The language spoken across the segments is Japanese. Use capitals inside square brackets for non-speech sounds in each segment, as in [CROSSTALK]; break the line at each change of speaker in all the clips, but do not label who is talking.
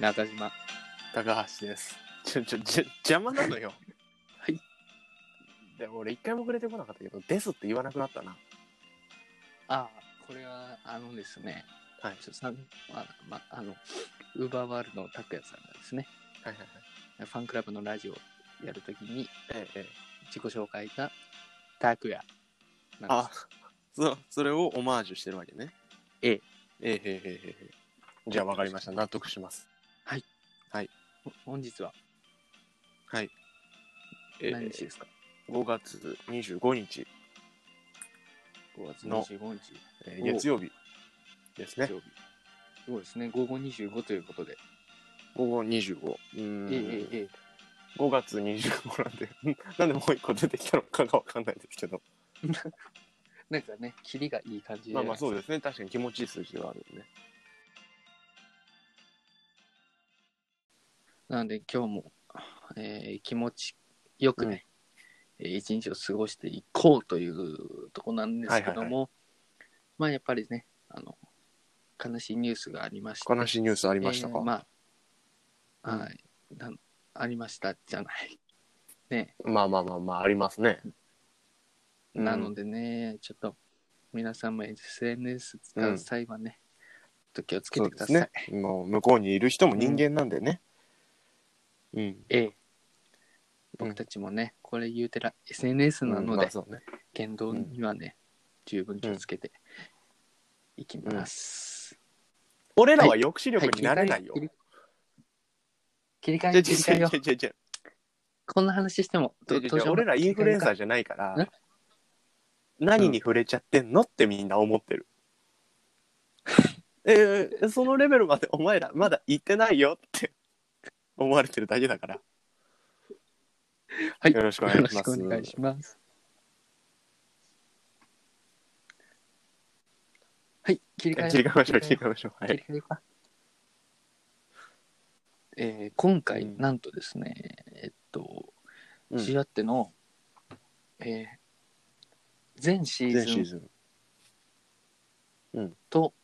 中島。
高橋です。ちょ、ちょ、じゃ、邪魔なのよ。
はい。
でも俺一回も触れてこなかったけど、ですって言わなくなったな。
ああ、これは、あのですね、
はい。
ちょさんあま、あの、ウーバーワールドの拓也さんがですね、
はいはいはい。
ファンクラブのラジオをやるときに
ええ、ええ。
自己紹介が拓也なんで
あ
す。、
そう、それをオマージュしてるわけね。
ええ。
ええ、ええ、ええ、ええ。じゃあわかりました。納得します。
ほ本日は
はい。え
何
え、
日ですか、
5月25日、
?5 月
の
25日、
ええ月曜日ですね
日。曜日。そうですね、午後25ということで。
午後25。う
え
ん。
えええええ
5月25なんで、なんでもう一個出てきたのかがわかんないですけど。
なんかね、キリがいい感じで。
まあまあそうですね。確かに気持ちいい数字があるんでね。
なので今日も、えー気持ちよくね、えー一日を過ごしていこうというとこなんですけども、
はいはい
まあやっぱりね、あの、悲しいニュースがありまして。
悲しいニュースありました
え
か、
ーまあ、
うん
はいなんありましたじゃない。 [LAUGHS] ね、
まあまあまあまあ、ありますね。
なの
で、
でね、ちょっと皆さんも SNS 使う際はね、ちょっと気をつけ
そ
て
う
く
で
だ
す
さい。
ね。もう向こうにいる人も人間なんでね。うん。
ええ
うん
僕たちもね、これ言うてら SNS な
う
の
んま
で
あ、そうね。
言動にはね、十分気をつけていきます。
俺らは抑止力
はい
になれないよ。
切り替え切り替え
じ
よ
ゃ
う、切り替えよ
[LAUGHS] じゃじゃじゃ
う。こんな話しても、どどうしようも
俺らインフルエンサ
切
ーじゃないから
え、
何に触れちゃってんのってみんな思
[LAUGHS]
ってる。えー、そのレベルまでお前らまだ行ってないよって思われてるだけだから。
り替えようはい、
よろしくお願いします
よろくお願いしますはい、切り替えよう
切り替えましょう、切り替えましょう。は
切
い
り。替えようかえー今回、
うん
なんとですね、えっと、
うん
知り合っての、えー全シー
全
ズ
シー
ン
ズン。
と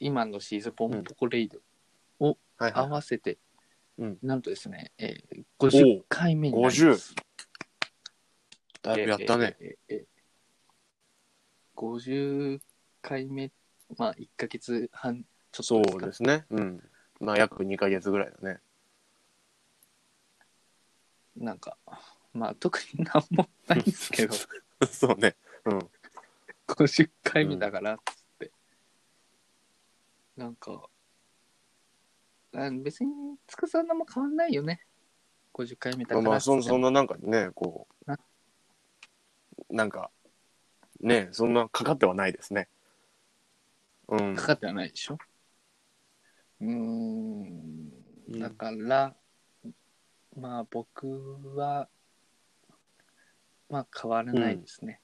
今のシーズンポンポコレイド
はい
合
は
わせて、
うん
なんとですね、えー、50回目になります。
い。だいぶやったね。
えー。えーえー50回目、まあ1ヶ月半ちょっ
そ
とです
う
か
ですね。うん。まあ約2ヶ月ぐらいだね。
なんか、まあ特になんもないんですけど、
[LAUGHS] そうね。うん。
50回目だからっつって、なんかあ別につくさんのも変わんないよね50回目だから
まあ
っつって
そ
も
んそんななんかね、こう
な、
なんか、ね、そんなかかってはないですね。うん。
かかってはないでしょうーん
うん
だから、まあ僕はまあ変わらないですね、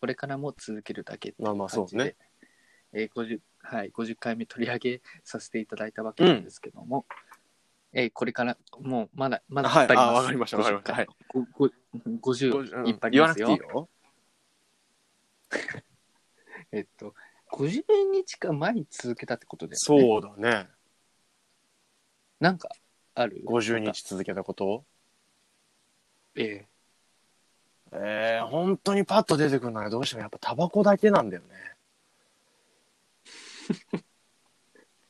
これからも続けるだけって
まあまあ
感
そ
じ
う
で、
ね。
えー 50, はい、50回目取り上げさせていただいたわけなんですけども、えーこれからもうまだまだ
はい
引っ張
あわかりましたわかりましたはい
50回ご50
うん
引っ張り
言わ
ま
な
す
く
よ
ていいよ。
えっと50日間前に続けたってことで、ね、
そうだね。
なんかある
50日続けたこと
え
えー、本当にパッと出てくるのはどうしてもやっぱタバコだけなんだ [LAUGHS] よね。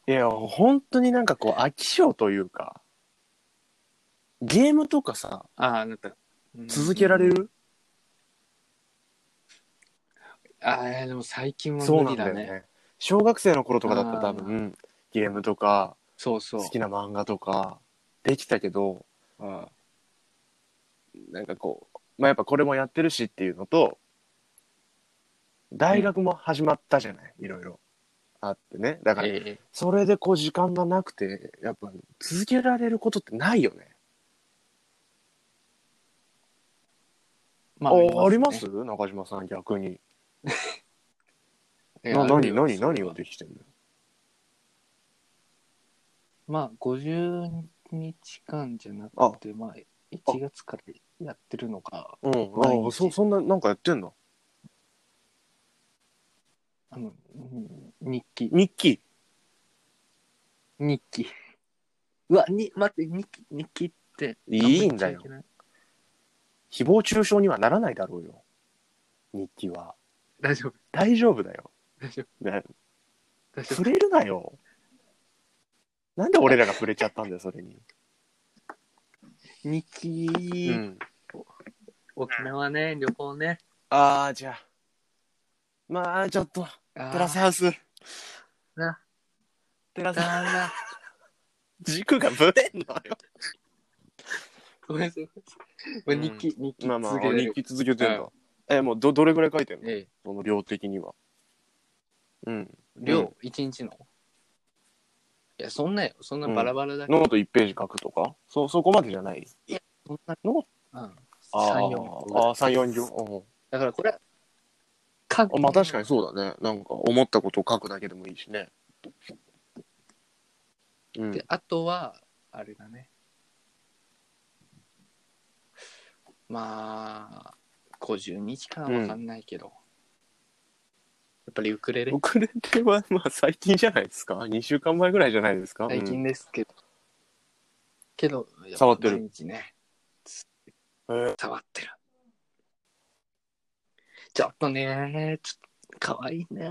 いや、本当になんかこう飽き性というか、ゲームとかさ、
ー、ああなたうん
続けられる、
ああでも最近は
そ
無
うなん
理
だ
だ
よ
ね
ね。小学生の頃とかだったら多
あ
分、ゲームとか、
そうそう
好きな漫画とか、できたけど、
あ
なんかこう、まあやっぱこれもやってるしっていうのと、大学も始まったじゃない、いろいろ。あってね。だ
ー
から、
え
それでこう時間がなくて、やっぱ続けられることってないよね。
ーま
あ、あります
ね
中島さん逆に。
えー
な
あ
何
るよ
何何ができてんの
まあ、50日間じゃな
あ
くて、まあ、1月からやってるのが、
うん
毎
ああ
日
そそんななんかやってんの
あの、うん日記。
日記
日記。うわ、に、待って、日記、日記って。
いい
あま
んだよ
り言っちゃいけない。
誹謗中傷にはならないだろうよ日記は
大丈夫、
大丈夫だよ
大丈
ね
夫、大丈
触れるなよなんで俺らが触れちゃったんだよそれに、
夫。日記、
うん、
沖縄ね、旅行ね。
ああじゃあまあちょっと
あー
テラスハウス
な
テラスハウ
だな。
ス軸がぶれんのよ
ごめんなさい。ごめんなさい日記、日記
まあまあ
続けて
日
る。
記続けてんだ、えもうどどれぐらい書いてんの
ええ、
その量的にはうん
量、一日の。いや、そんなよ。そんなバラバラだけど、
ノート1ページ書くとかそそこまでじゃない
そんな
の
うん。
あ
3、
ー
4。
あー34行うん
だからこれは、か
あまあ確かにそうだねなんか思ったことを書くだけでもいいしねうん
で、あとは、あれだね。まあ、50日間はわかんないけど、やっぱりウクレレ
遅れてはまあ最近じゃないですか2週間前ぐらいじゃないですか
最近
うん
ですけど、けど、やぱ
触ってる
毎日ね、
えー
触ってる。ちょっとね、ちょっと、かわいいね。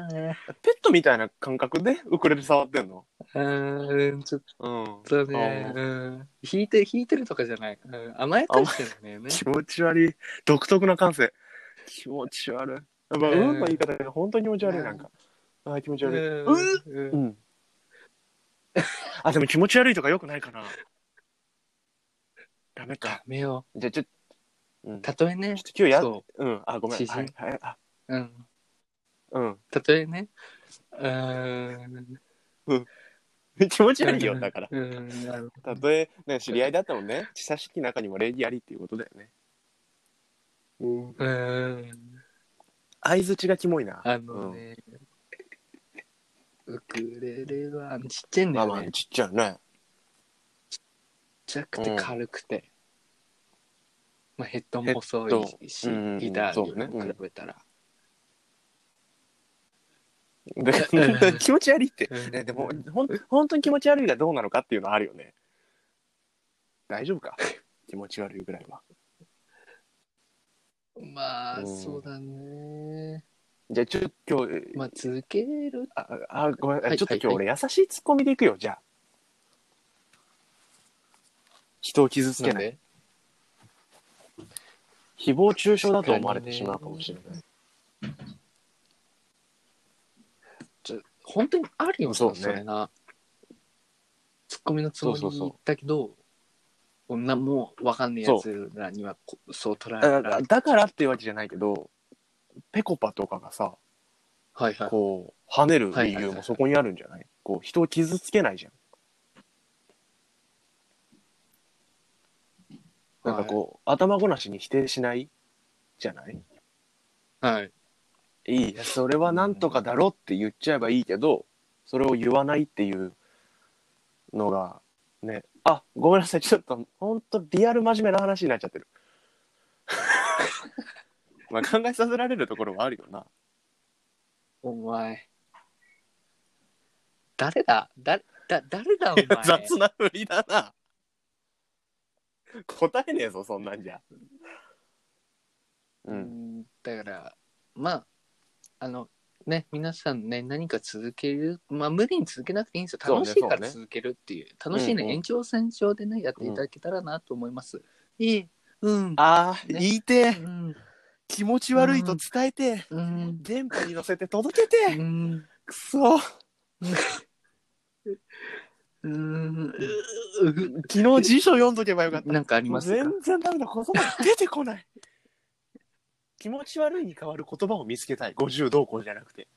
ペットみたいな感覚でウクレレ触ってんの
うーん、ちょっ
うん
とね、
あ
うん。弾いて、弾いてるとかじゃない。うん、甘やかしてるんだよね。
気持ち悪い独特な感性気持ち悪いやっぱ
えー
うんの言い方が本当に気持ち悪いなんかあー気持ち悪い
うん
う。んあでも気持ち悪いとかよくないかなダメか
ダメよ。
じゃあちょ,、うん、ちょ
た
っ
とえね、
と今日や
そ
うんあごめん
知人
はいはいあ
う。うん。
うん [LAUGHS]
たとえね、うーん。
気持ち悪いよだから
うん。あの
たとえなんか知り合いだったもんね親しき中にも礼儀ありっていうことだよねうん
うーん。
相づちがキモいな
あのね、ウクレレはあのちっちゃいんだ
まあ
よ
まあ
ね。ちっ
ちっちゃい [LAUGHS] ね
ちゃくて軽くて。まあヘッドも細
ヘッ
いし
うんうんうん、
ギタ
そうね
ーに比べたら。
で
う
[LAUGHS]
ん
気持ち悪いって
うん
ねでもほん本当に気持ち悪いがどうなのかっていうのはあるよね大丈
[LAUGHS]
夫か気持ち悪いぐらいは
まあ、
うん
そうだね。
じゃあちょっと今日
まあ続ける。
ああごめん、
はい
ちょっと今日俺優しいツッコミでいくよじゃあ人を傷つけ
なん
ない
で
誹謗中傷だと思われてしまうかもしれない
ちょ本当にあるよな
そ
そう
ね
れなツッコミのつもり
そうそうそう
だけどこんなもうわかんねえやつらにはこそう捉えら
あ
れは
だ
い
だからっていうわけじゃないけどぺこぱとかがさ
はいはい
こう跳ねる理由もそこにあるんじゃないこう人を傷つけないじゃんなんかこう頭ごなしに否定しないじゃない
はい
いいやそれはなんとかだろって言っちゃえばいいけどそれを言わないっていうのがねあごめんなさいちょっとほんとリアル真面目な話になっちゃ [LAUGHS] ってるまあ考えさせられるところはあるよな
お前誰だだだ誰だお前
いや雑な振りだな答えねえぞそんなんじゃう
うんんだからまああのね皆さんね何か続けるまあ無理に続けなくていいんですよ
そうね
楽しいか
そう
ら
ね
続けるっていう楽しいね、
うんうん
延長線上でねやっていただけたらなと思います、いいうん
あー
ね
言いて
う
え
ん
気持ち悪いと伝えてえ
うん
電波に乗せて届けて
う
え
ん
くそ
うん
昨日辞書読んどけばよかった
なんかあり
も
ま
う
すか
全然ダメだ言葉出てこない [LAUGHS] 気持ち悪いに変わる言葉を見つけたい50どうこうじゃなくて、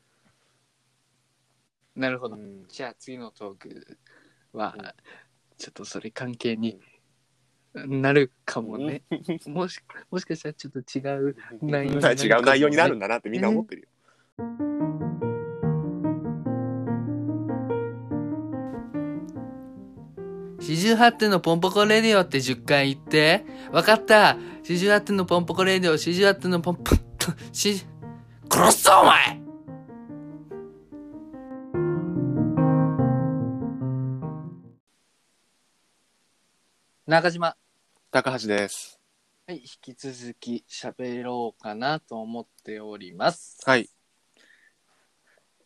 なるほど
ん、
じゃあ次のトークは
うん
ちょっとそれ関係になるかもねもしもしかしたらちょっと違う内容になる
違う内容になるんだなってみんな思ってるよ、
四十八点のポンポコレディオって10回言って。わかった。四十八点のポンポコレディオ、四十八点のポンポ、し、殺すぞお前
中島。
高橋です。
はい、引き続き喋ろうかなと思っております。
はい。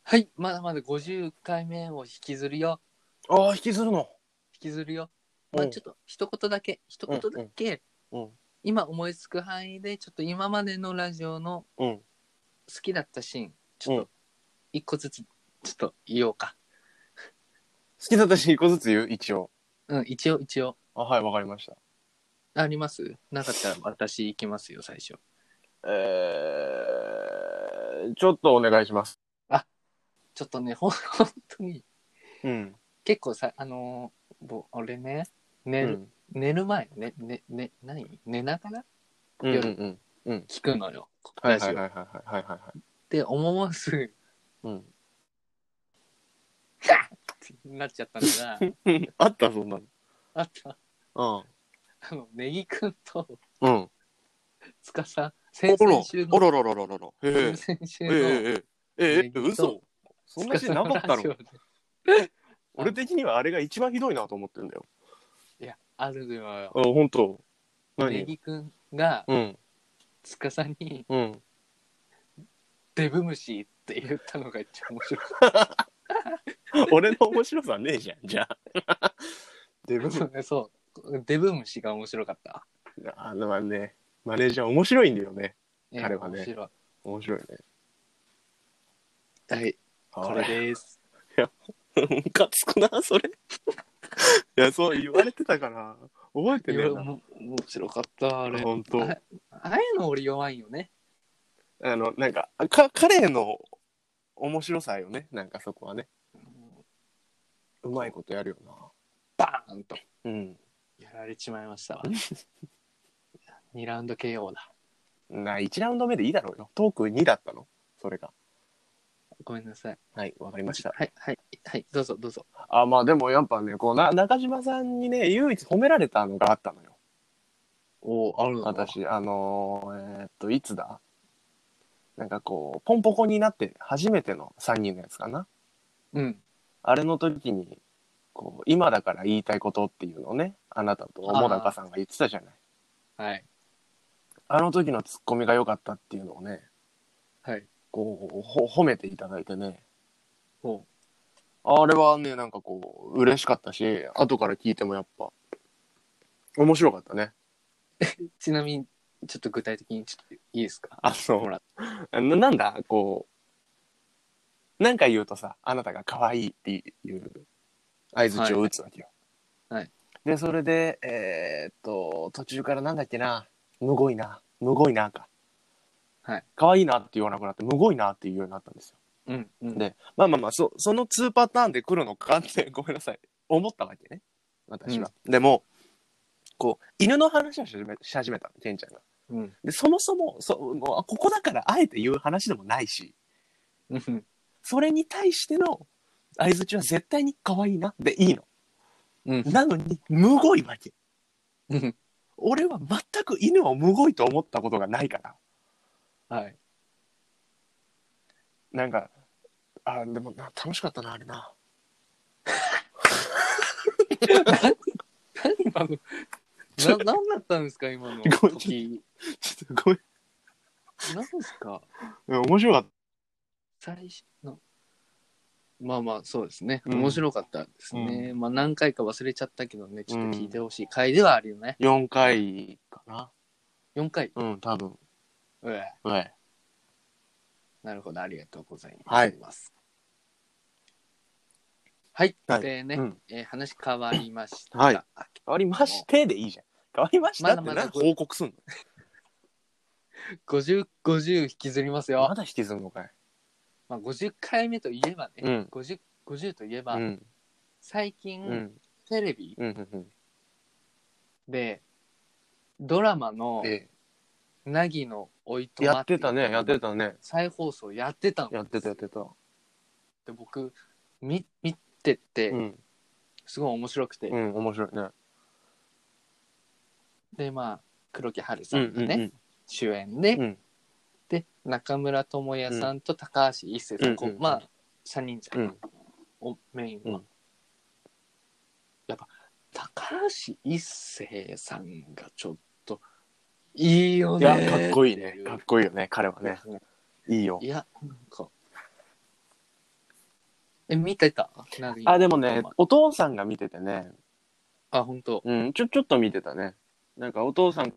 はい、まだまだ50回目を引きずるよ。
ああ、引きずるの。
引きずるよ。まあ
うん
ちょっと一言だけ、一言だけ、
うんうんうん
今思いつく範囲で、ちょっと今までのラジオの
うん。
好きだったシーン、ちょっ
うん
と一個ずつ、ちょっと言おうか。
好きな私一個ずつ言う一応。
うん、一応一応。
あ、はい、わかりました。
ありますなかったら私行きますよ、最初。
えー、ちょっとお願いします。
ちょっとね、ほん [LAUGHS] 本当に、
うん。
結構さ、あのーぼ俺ね、
う
寝る、
ん。
寝る前、ね、ね、ね、何寝ながら
うん。うん。
聞くのよ。
は
ラ
い
ジ
は
オ
いはいはいはいはい。
で、思わず、 [LAUGHS]
うん。
なっちゃったのが、
[LAUGHS] あった、そんな
あと、
の。
あの、ネギくんと、
うん。うん。
つかさ、先々週の、
らららららら。
先
へ
々週
え。
の、
ええええ。
そ
嘘そんなシーンなかったろ。俺的にはあれが一番ひどいなと思ってんだよ。
いや、あるのよ。
あ、本当。
ネ
何
ギくんが、
うん。
つかさに、
うん。
デブ虫って言ったのが一番面白かっ
俺の面白さねえじゃん、じゃあ。で
た。そうねそう。デブ虫が面白かった。
あのね、マネージャー面白いんだよね。
え
彼はね
面白い。
面白いね。
はい、これです。
ムカつくな、それ。いや、そう言われてたから、覚えて
い
ねえ
や、
な。
も面白かった、あれ。
本当。
あああいうの俺弱いよね。
あの、なんか、か彼の面白さよね、なんかそこはね。うまいことやるよ
バーンと。
な。うん。
やられちまいま
[LAUGHS]
したわ。2ラウンド KO だ。
な、1ラウンド目でいいだろうよ。トーク2だったのそれが。
ごめんなさい。
はい、わかりました。
はい、はい、はい、どうぞ、どうぞ。
あ、まあでもやっぱね、こうな、中島さんにね、唯一褒められたのがあったのよ。
おお、あるの。
私、あのーえーっと、いつだなんかこう、ポンポコになって初めての3人のやつかな。
うん。
あれの時に、こう、今だから言いたいことっていうのをね、あなたと桃高さんが言ってたじゃない。
はい。
あの時のツッコミが良かったっていうのをね、
はい。
こう、ほ褒めていただいてね、
ほ
あれはね、なんかこう、嬉しかったし、後から聞いてもやっぱ、面白かったね。
うちなみに、ちょっと具体的に、ちょっといいですか。
あ、そう、ほら。ななんだ、こう、なんか言うとさ、あなたが可愛いっていう合図を打つわけよ。
はいはい
で、それで、えーっと、途中からなんだっけな、むごいな、むごいなか。
はい。
可愛いなって言わなくなって、むごいなって言うようになったんですよ。
うん、うん。
で、まあまあまあ、そその2パターンで来るのかって、 [LAUGHS] ごめんなさい、思ったわけね、私は。でも、こう、犬の話をし始めし始めたの、ケンちゃんが。
うん。
で、そもそも、そもうここだからあえて言う話でもないし、
うん。
それに対しての相づちは絶対に可愛いなでいいの。
うん。
なのに、むごいわけ。
うん。 [LAUGHS]
俺は全く犬をむごいと思ったことがないから。
はい。
なんか、あ、でもな、楽しかったな、あれな。
何今の。 [LAUGHS] な、何だったんですか、今の
ごめん
時。
ちょっとご
何ですか。
めん。面白かっ
最初の。まあまあ、そうですね。
うん
面白かったですね。まあ、何回か忘れちゃったけどね、ちょっと聞いてほしい回ではあるよね。
た。4回かな。
4回。
うん、多分。
うえ
はい。
なるほど、ありがとうござい
はい
ます。はい。
はい
でね、
うん
えー話変わりました。
はい
あ
変わりましてでいいじゃん。変わりましたって
まだまだ
なんで報告すんの
50、50引きずりますよ
ま。だ引きずるのかい。
まあ、50回目といえばね、
うん
50、50といえ
う
ば、
ん。
最近、
うん。
テレビ
うん。うん。
で、ドラマの
え、え。
なぎのおいとま
やってたね、やってたね。
再放送やってたの。
やってたやってた。
で僕、み、見てて、
うん。
すごい面白くて、
うん、面白いね。
でまあ黒木華
う
さ
ん
んがね、
うん
主演で、
うん
で中村智也さんと高橋一生さん、
うん
こう
うん
まあ3人じゃん、
うん
おメインは、
うん
やっぱ高橋一生さんがちょっといいよ
うん。い
ね
や、
ー
かっこいいね
て。う
かっこいいよね、彼はね。いいよ
い。やなんかえ見てたなんか今
あ、でもね、お父さんが見ててね、
あ本当
うん、ちょ、ちょっと見てたね。なんかお父さん、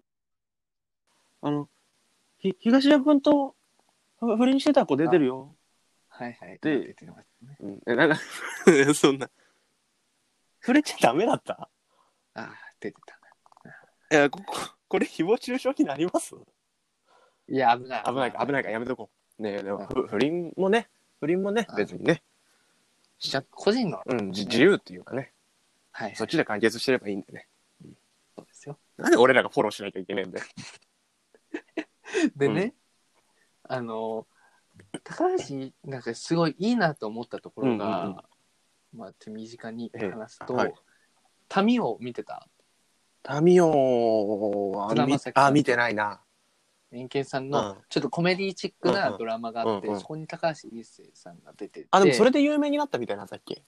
あの、ひ、東田くんと、ふ不倫してた子出てるよ。
はいはい
で
出てましたね
うん、え、なんか、 [LAUGHS] そんな。触れちゃダメだった
あ出てた
いや、ここ、これ誹謗中傷になります
いや危ない
危ないか、危ないか、やめとこう。ねえ、でも、ふ不倫もね、不倫もね
う、ん
別にね、
じゃ個人の
うん、じ自由っていうかね、
はい
そっちで完結してればいいんでね。
そうですよ。
なんで俺らがフォローしなきゃいけないんだよ。
でね、あの、高橋、なんかすごいいいなと思ったところが、
うんうん
まあ、手短に
ええ
話すと、
はい
民を見てた、
タミオは
菅田将暉さん
あ、見てないな。
円形さん
う
の
ん、
ちょっとコメディチック
うん
な
うん
ドラマがあって、
うんうん
そこに高橋一生さんが出てて、
あ、でもそれで有名になったみたいな、さっき。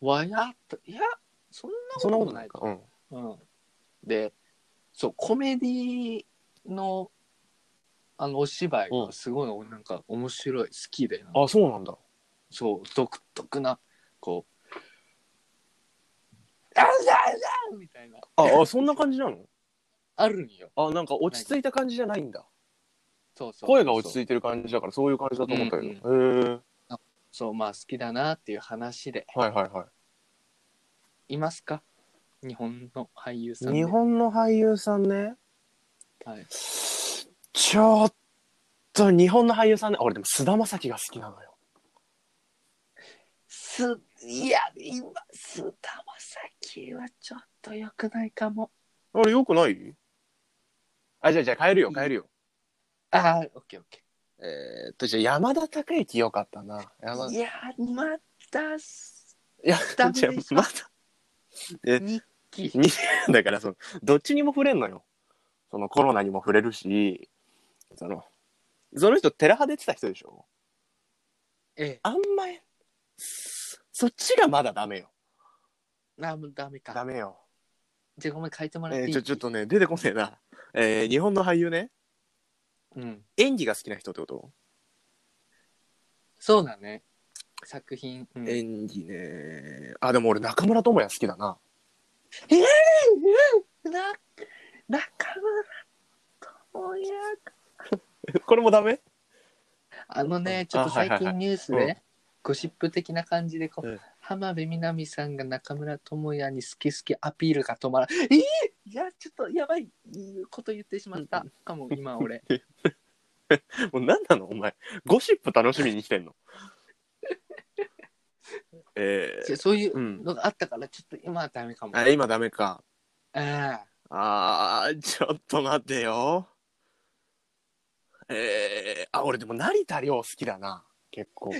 わやっと、いや、そん
そん
な
な
こ
ことと
な
ないい
と
か。うん。
うん、でそうコメディのあのお芝居がすごい、なんか面白い好きでなんか
あ、そうなんだ。
そう独特なこう「あんだあんだ!」みたいな
あ、あそんな感じなの
あるんよ
あ、なんか落ち着いた感じじゃないんだ。
そうそう
声が落ち
そう
着いてる感じだから、そういう感じだと思ったけど。へえ。
そうまあ好きだなっていう話で
はいはいはい
ますか日本の俳優さん
い。
で
日、本の俳優さんね、
はい、
ちょっと日本の俳優さんね、俺でも菅田将暉が好きなのよ。
すいや今菅田将暉はちょっと良くないかも
あれ、よくないあ、じゃあじゃあ変えるよ、変えるよ。
ああオッケーオッケ
えーっと、じゃあ山田孝之よかったな。
ー
山田。
い
い
やまたす
や、
ダメで
じゃ
し
あ
ょ
また。 [LAUGHS] え
日記
だからそのどっちにも触れんのよそのコロナにも触れるしそのその人寺派出てた人でしょ
え
あんまりそそっちがまだダメよ
えあもうダメ
ダ
か
メよ、
じゃあごめん書いてもらっ
え
てい
ー
い、
ちょちょっとね出てこねえな、えー日本の俳優ね
うん
演技が好きな人ってこと、
そうだね作品、うん
演技ねあでも俺中村智也好きだな
な、中村智也。
[LAUGHS] これもダメ
あの
う
ね
ん、
ちょっと最
あはいはいはい
近ニュース
うん
で、ゴシップ的な感じでこう、
うん
浜辺美波さんが中村智也に好き好きアピールが止まらえー、いや、ちょっとやばいこと言ってしまったかも、今俺。
[LAUGHS] もう何なのお前ゴシップ楽しみに来て [LAUGHS] んのえー
そういう
うん
のがあったから、ちょっと今はダメかも。
あ今ダメか
あ
あー、ちょっと待ってよ。えー、あ、俺でも成田凌好きだな。結構。え、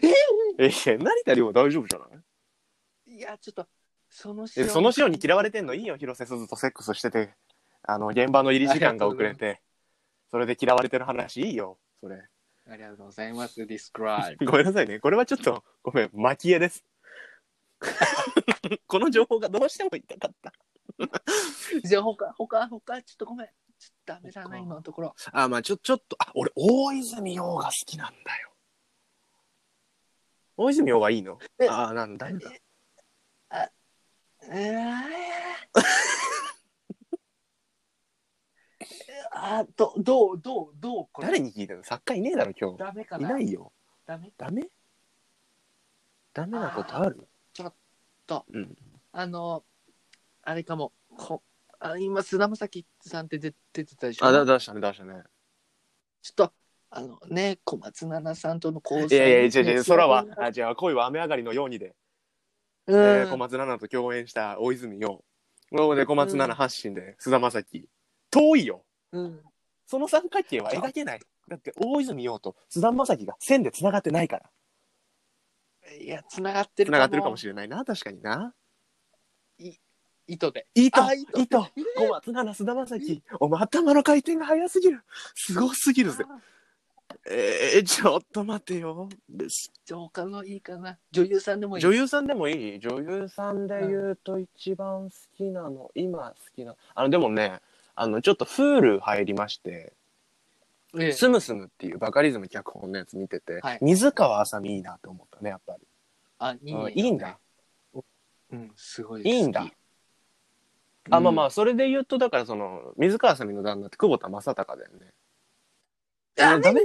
いや、成田凌は大丈夫じゃない
ーいや、ちょっと、その
え、その塩に嫌われてんのいいよ、広瀬すずとセックスしてて。あの、現場の入り時間が遅れて。それで嫌われてる話いいよ、それ。
ありがとうございます、ディスクラ
[LAUGHS]
イブ。
ごめんなさいね。これはちょっと、ごめん、巻き絵です。 [LAUGHS] この情報がどうしても言いたかった。
じゃあ、他、他、他、ちょっとごめん。ちょっとダメだな、
他
今のところ。
あ、まあちょ、ちょっと、あ、俺、大泉洋が好きなんだよ。大泉洋がいいの
え
あ、なんだ。だ
えー、あどどうどうどうこれ
誰に聞いたの作家いねえだろ、今
ダメか
日。い
な
ないよ。
ダメ
ダメダメなことある
あのあれかもこあ今菅田将暉さんって出出てたでしょ
出したね、出したね。
ちょっとあのね小松菜奈さんとの交
い
際
やいや、違う
ね
違う、空は、あ、違う、恋は雨上がりのようにで、
うん、
えー小松菜奈と共演した大泉洋。ここで小松菜奈発信で、菅田将暉。遠いよ。
うん
その三角形は描けない。だって、大泉洋と菅田将暉が線で繋がってないから。
いやつながってる
繋がってるかも
し
しれないな確かにな
糸で。
糸
あ糸
糸小松菜奈菅田将暉お前頭の回転が速すぎるすごすぎるぜえー、ちょっと待てよです
浄化のいいかな。女優さんでもいい。
女優さんでもいい女優さんで言うと一番好きなの今好きなあのでもねあのちょっと Hulu 入りまして「
ええ
スムスム」っていうバカリズム脚本のやつ見てて、
はい
水川あさみいいなと思ったねやっぱり
あ、いい,、
うんいいんだ。
うん、すごい好き。
いいんだあまあま
あ。
あそれで言うとだからその水川あさみの旦那って久保田正孝だよね
ダメ
ダメ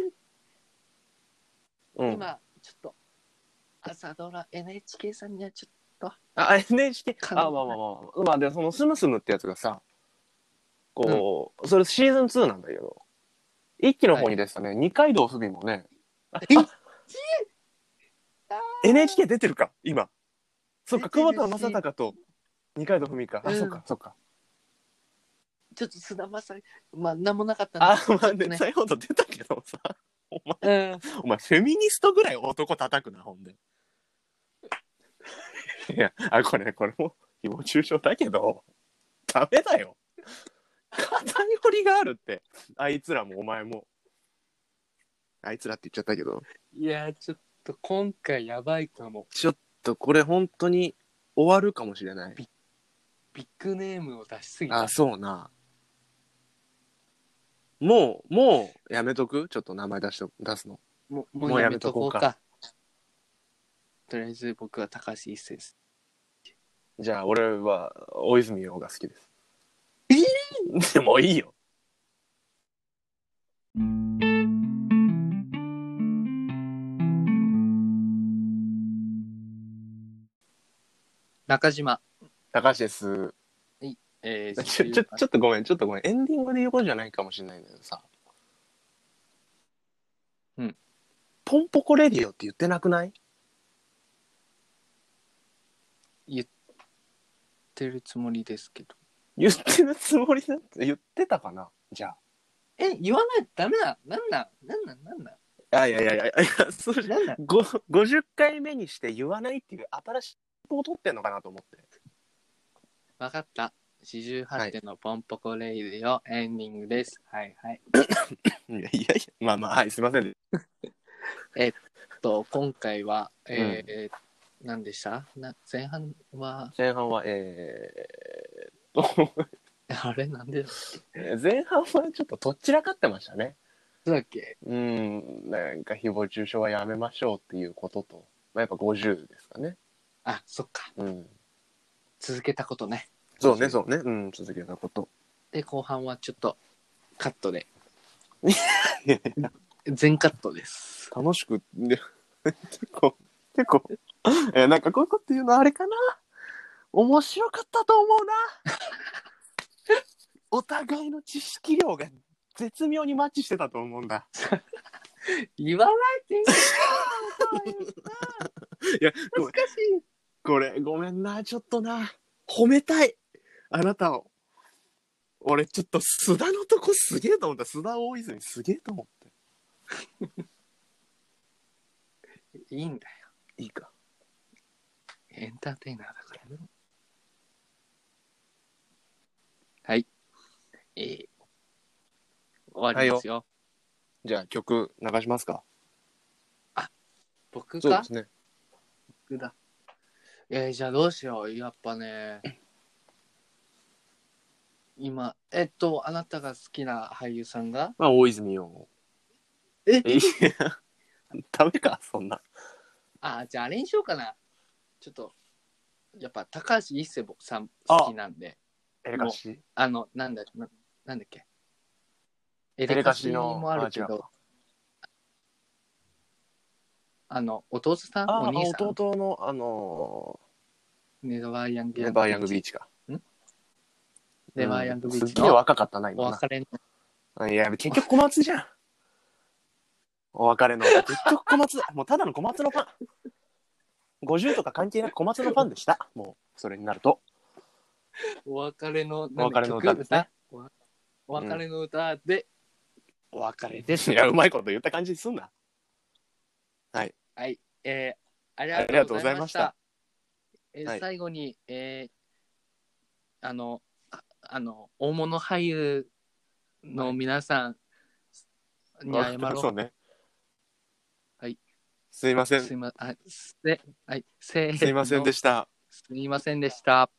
うん、
今、ちょっと、朝ドラ NHK さんにはちょっ
あ NHK
かな
あまあまあまあまあでその「スムスム」ってやつがさこう、それシーズン2なんだけど一期の方に出てたね、二階堂ふみもねあ
え
あ
あ
NHK 出てるか今そっか
出て
久
る
保
し
田正孝と二階堂ふみかあ、
うん
そっかそっか
ちょっと菅田将暉、まあ、なんもなかったん
あ
だ
まあ
ちょっと
ね
ね
先ほど出たけどさお前
[LAUGHS] うん。
お前フェミニストぐらい男叩くなほんでいやあこれこれも誹謗中傷だけどダメだよ偏りがあるってあいつらもお前もあいつらって言っちゃったけど
いや、ちょっと今回やばいかも。
ちょっとこれ本当に終わるかもしれない
ビッグネームを出しすぎた。
あそうなもうもうやめとくちょっと名前出しと出すの
もう
もうやめとこうか
やめととりあえず僕は高橋一生です。
じゃあ俺は大泉洋が好きです
え
でもいいよ
中島。
高橋です
えー、
[LAUGHS] ちょ、ちょ、ちょっとごめん、ちょっとごめん。エンディングで言うことじゃないかもしれないんだけどさ。
うん。
ポンポコレディオって言ってなくない
言ってるつもりですけど。
言ってるつもりだって言ってたかなじゃ
え、言わないとダメだ。なんなんなんなんなんなん
あ。いやいやいやいや、そうじゃ
なんなん
ご50回目にして言わないっていう新しい方を取ってんのかなと思って。
わかった。48点のポンポコレイディオエンディングです。はいはい。
いやいやいや、まあまあ、はい、すいません。
と、今回は、えー何でしたな前半は、
前半は、えーっと、
あれなんでだっ
前半はちょっととっちらかってましたね。
けだっけ
うん、なんか誹謗中傷はやめましょうっていうことと、まあ、やっぱ50ですかね。
あ、そっか。
うん。
続けたことね。
そうね、そうね。うん、続けたこと。
で、後半はちょっとカット [LAUGHS] で
いやい。
全カットです。
楽しく、で結構、結構、えなんかこういうこと言うのあれかな面白かったと思うな。 [LAUGHS] お互いの知識量が絶妙にマッチしてたと思うんだ。
言わないでいい
いや、
難しい。
これ、ごめんな、ちょっとな、褒めたい。あなたを。俺、ちょっと、須田のとこすげえと思った。須田大泉すげえと思って。
いいんだよ。
いいか。
エンターテイナーだからね。はい。えー終わりですよ。
じゃあ、曲流しますか。
僕
そう
か
ですね。
僕だ。えーじゃあどうしよう。やっぱね。今、えっと、あなたが好きな俳優さんが
まあ、大泉洋。
え
いや、ダメか、そんな。
あ、じゃああれにしようかな。ちょっと、やっぱ高橋一生さん好きなんで、
エ
レカ
シ
あの、なんだ、ななんだっけ。エ
レ
レ
カ
カ
シ
シ
の
もあるけ
あ違う
ど、あの、弟さん、
あ
お兄さん、
弟の、あの
ネバーヤング
ー、ネバーヤングビーチか。
ネバーヤングビー
す
チ
げえ
の
若かったな、
お
今な
別れの
あ。いや、結局小松じゃん。お別
[LAUGHS]
れの。結局小松だ。もうただの小松のファン。50とか関係なく小松のファンでした。もう、それになると。
お別れの
お別れの歌ですね。
なんだ曲お別れの歌で、お別れです。
いや、うまいこと言った感じにすんな。
はい。えーあ
あり
りが
が
と
とう
うご
ござ
ざ
い
い
ま
ま
し
したた。えー
はい
最後に、えーあの、ああの、大物俳優の皆さんに謝
あ
ろ。
[LAUGHS] そううね。
はい。
すいません。
す
す
いません。はい、せはい、せーの
いませんでした。
すいませんでした。